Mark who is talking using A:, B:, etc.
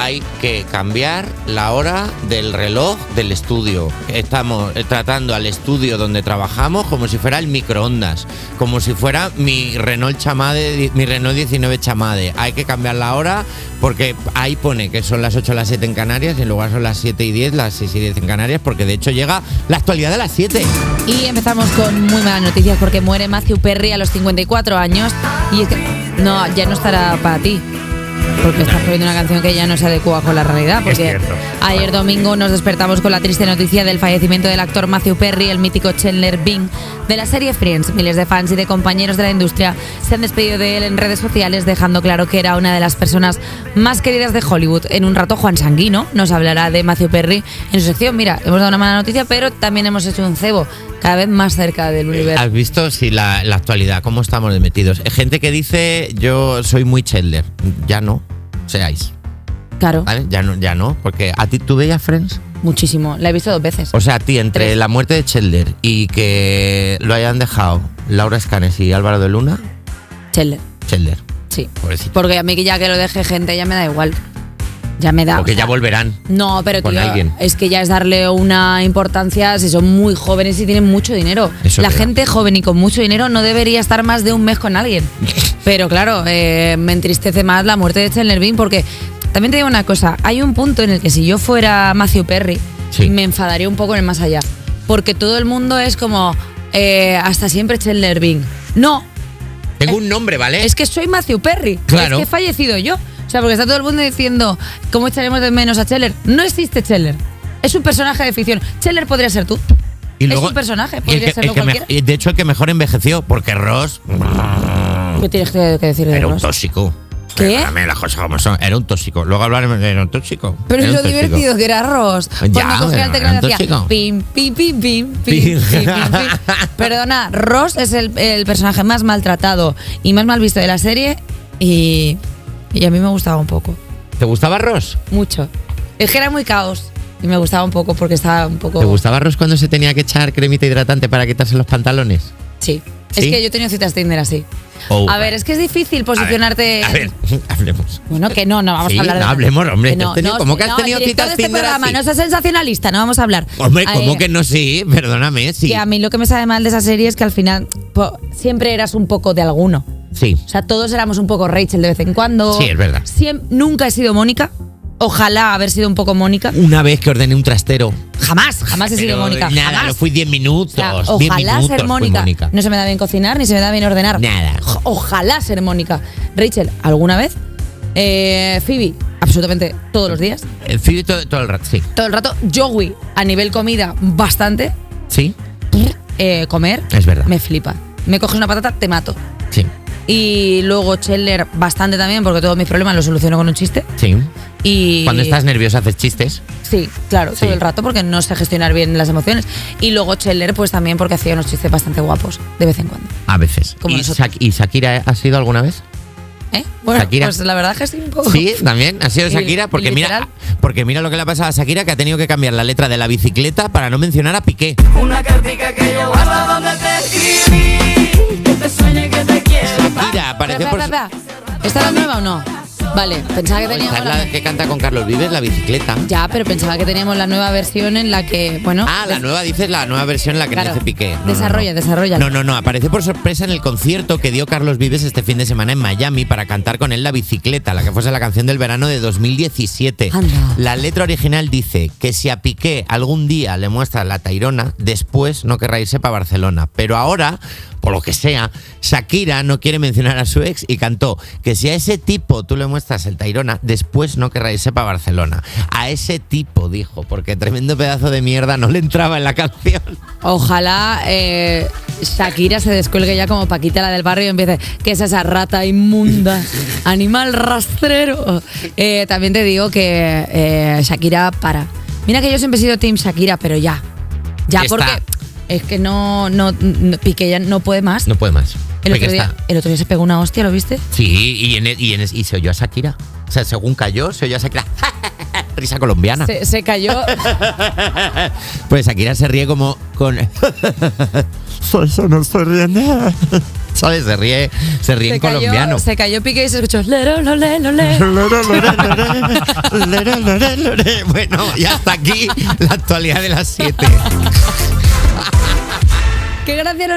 A: hay que cambiar la hora del reloj del estudio. Estamos eh, tratando al estudio donde trabajamos como si fuera el microondas, como si fuera mi Renault Chamade, mi Renault 19 Chamade. Hay que cambiar la hora porque ahí pone que son las 8 o las 7 en Canarias y en lugar son las 7 y 10, las 6 y 10 en Canarias, porque de hecho llega la actualidad de las 7.
B: Y empezamos con muy malas noticias porque muere Matthew Perry a los 54 años y es que no, ya no estará para ti. Porque estás poniendo una canción que ya no se adecua con la realidad. Porque
C: cierto.
B: ayer domingo nos despertamos con la triste noticia del fallecimiento del actor Matthew Perry, el mítico Chandler Bing, de la serie Friends. Miles de fans y de compañeros de la industria se han despedido de él en redes sociales, dejando claro que era una de las personas más queridas de Hollywood. En un rato, Juan Sanguino nos hablará de Matthew Perry en su sección. Mira, hemos dado una mala noticia, pero también hemos hecho un cebo cada vez más cerca del universo.
A: ¿Has visto si la, la actualidad, cómo estamos de metidos? Hay gente que dice yo soy muy Chandler. Ya no, seáis.
B: Claro,
A: ¿Vale? Ya no, ya no. Porque a ti, ¿tú veías Friends?
B: muchísimo. La he visto dos veces.
A: O sea, a ti, entre
B: Tres.
A: la muerte de Chandler y que lo hayan dejado Laura Escanes y Álvaro de Luna,
B: Chandler,
A: Chandler.
B: sí.
A: Pobrecito.
B: Porque a mí que ya que lo deje gente ya me da igual. Ya me da.
A: Porque
B: o
A: ya
B: sea,
A: volverán.
B: No, pero
A: con
B: tío,
A: alguien.
B: es que ya es darle una importancia si son muy jóvenes y tienen mucho dinero.
A: Eso
B: La
A: pega.
B: gente joven y con mucho dinero no debería estar más de un mes con alguien. Pero claro, eh, me entristece más la muerte de Chandler Bing porque también te digo una cosa, hay un punto en el que si yo fuera Matthew Perry,
A: Sí.
B: me enfadaría un poco en el más allá. Porque todo el mundo es como, eh, hasta siempre Chandler Bing. No,
A: Tengo un nombre, ¿vale?
B: es que soy Matthew Perry.
A: Eh. Claro.
B: Es que he fallecido yo. O sea, porque está todo el mundo diciendo, ¿cómo echaremos de menos a Cheller? No existe Cheller. Es un personaje de ficción. Cheller podría ser tú.
A: Y
B: es
A: luego-
B: un personaje,
A: y el
B: podría
A: que-
B: serlo
A: el que me- y
B: cualquiera.
A: de hecho, el que mejor envejeció, porque Ross mm,
B: ¿Qué tienes que, que decir de
A: era un
B: Ross?
A: tóxico.
B: ¿Qué?
A: Perdóname las cosas como son. Era un tóxico. Luego hablaremos de era un tóxico.
B: Pero
A: Era
B: lo
A: un tóxico.
B: divertido que era Ross. Cuando
A: Ya,
B: cogía el
A: pero
B: teclado
A: era
B: y
A: un
B: hacía
A: tóxico.
B: pim, pim, pim, pim, pim, pim, pim, pim. Perdona, Ross es el, el personaje más maltratado y más mal visto de la serie y, y a mí me gustaba un poco.
A: ¿Te gustaba Ross?
B: Mucho. Es que era muy caos. Y me gustaba un poco porque estaba un poco.
A: ¿Te gustaba Ross cuando se tenía que echar cremita hidratante para quitarse los pantalones?
B: Sí.
A: ¿Sí?
B: Es que yo he tenido citas Tinder así.
A: Oh,
B: a ver, es que es difícil posicionarte.
A: A ver, hablemos.
B: Bueno, que no, no vamos
A: Sí,
B: a hablar de.
A: no hablemos, hombre, que has tenido- ¿cómo que has tenido citas
B: director de este
A: Tinder
B: programa,
A: así?
B: No seas sensacionalista, no vamos a hablar.
A: Hombre,
B: A
A: ¿cómo
B: ver,
A: que no? Sí, perdóname, sí.
B: que a mí lo que me sabe mal de esa serie es que al final po, siempre eras un poco de alguno.
A: Sí.
B: O sea, todos éramos un poco Rachel de vez en cuando.
A: Sí, es verdad.
B: Siem- nunca he sido Mónica. Ojalá haber sido un poco Mónica.
A: Una vez que ordené un trastero.
B: Jamás, jamás he sido
A: Pero
B: Mónica.
A: Nada,
B: jamás.
A: lo fui 10 minutos.
B: O sea,
A: 10
B: ojalá
A: minutos
B: ser
A: fui
B: Mónica. No se me da bien cocinar ni se me da bien ordenar.
A: Nada.
B: Jo- Ojalá ser Mónica. Rachel, ¿alguna vez? Eh, Phoebe, absolutamente todos los días.
A: Eh, fui todo, todo el rato, sí.
B: Todo el rato. Joey, a nivel comida, bastante.
A: Sí,
B: Eh, comer.
A: Es verdad.
B: Me flipa. Me coges una patata, te mato.
A: sí,
B: Y luego Chandler, bastante también, porque todos mis problemas los soluciono con un chiste.
A: sí.
B: Y
A: Cuando estás nervioso haces chistes.
B: Sí, claro,
A: Sí.
B: todo el rato, porque no sé gestionar bien las emociones. Y luego Chandler, pues también porque hacía unos chistes bastante guapos, de vez en cuando.
A: A veces.
B: Como
A: ¿Y,
B: nosotros.
A: Shak- y Shakira ha sido alguna vez?
B: ¿Eh? Bueno,
A: Shakira.
B: pues la verdad es que sí un poco.
A: Sí, también ha sido
B: Y-
A: Shakira, porque
B: y
A: mira,
B: literal.
A: porque mira lo que le ha pasado a Shakira, que ha tenido que cambiar la letra de la bicicleta para no mencionar a Piqué.
D: Una cartica que yo guardo donde te escribí Que te sueño y que te quiero
A: Mira, apareció
B: Ah, Espera,
A: por...
B: espera, espera. ¿Esta era nueva o no? Vale, pensaba que
A: Esta
B: teníamos
A: es
B: la...
A: la que canta con Carlos Vives, la bicicleta.
B: Ya, pero pensaba que teníamos la nueva versión en la que, bueno,
A: Ah, la
B: des-
A: nueva, dices la nueva versión en la que
B: Claro.
A: no hace Piqué. No, no,
B: Desarrolla,
A: no.
B: desarrolla.
A: No, no, no. Apareció por sorpresa en el concierto que dio Carlos Vives este fin de semana en Miami para cantar con él La Bicicleta, la que fuese la canción del verano de 2017.
B: Anda.
A: La letra original dice que si a Piqué algún día le muestra la Tairona, después no querrá irse para Barcelona. Pero ahora, por lo que sea, Shakira no quiere mencionar a su ex y cantó que si a ese tipo tú le muestras el Tairona, después no querrá irse para Barcelona. A ese tipo, dijo, porque tremendo pedazo de mierda no le entraba en la canción.
B: ojalá eh, Shakira se descuelgue ya como Paquita la del barrio y empiece, ¿qué es esa rata inmunda? Animal rastrero. Eh, también te digo que eh, Shakira para. Mira que yo siempre he sido Team Shakira, pero ya. Ya
A: Ya
B: porque
A: está.
B: es que no, no, no- Piqué ya no puede más.
A: No puede más.
B: El
A: Porque
B: otro, día,
A: está-
B: el otro día se pegó una hostia, ¿lo viste?
A: Sí, y, en el- y, en el- y se oyó a Shakira. O sea, según cayó, se oyó a Shakira. Risa colombiana.
B: Se, se cayó.
A: Pues Shakira se ríe como con. Soy sonor, soy riendo. ¿sabes? Se ríe, se ríe en
B: cayó-
A: colombiano.
B: se cayó Piqué y se escuchó. "Lero, lo, le, lo, le".
A: Bueno, y hasta aquí la actualidad de las 7.
B: Qué gracia no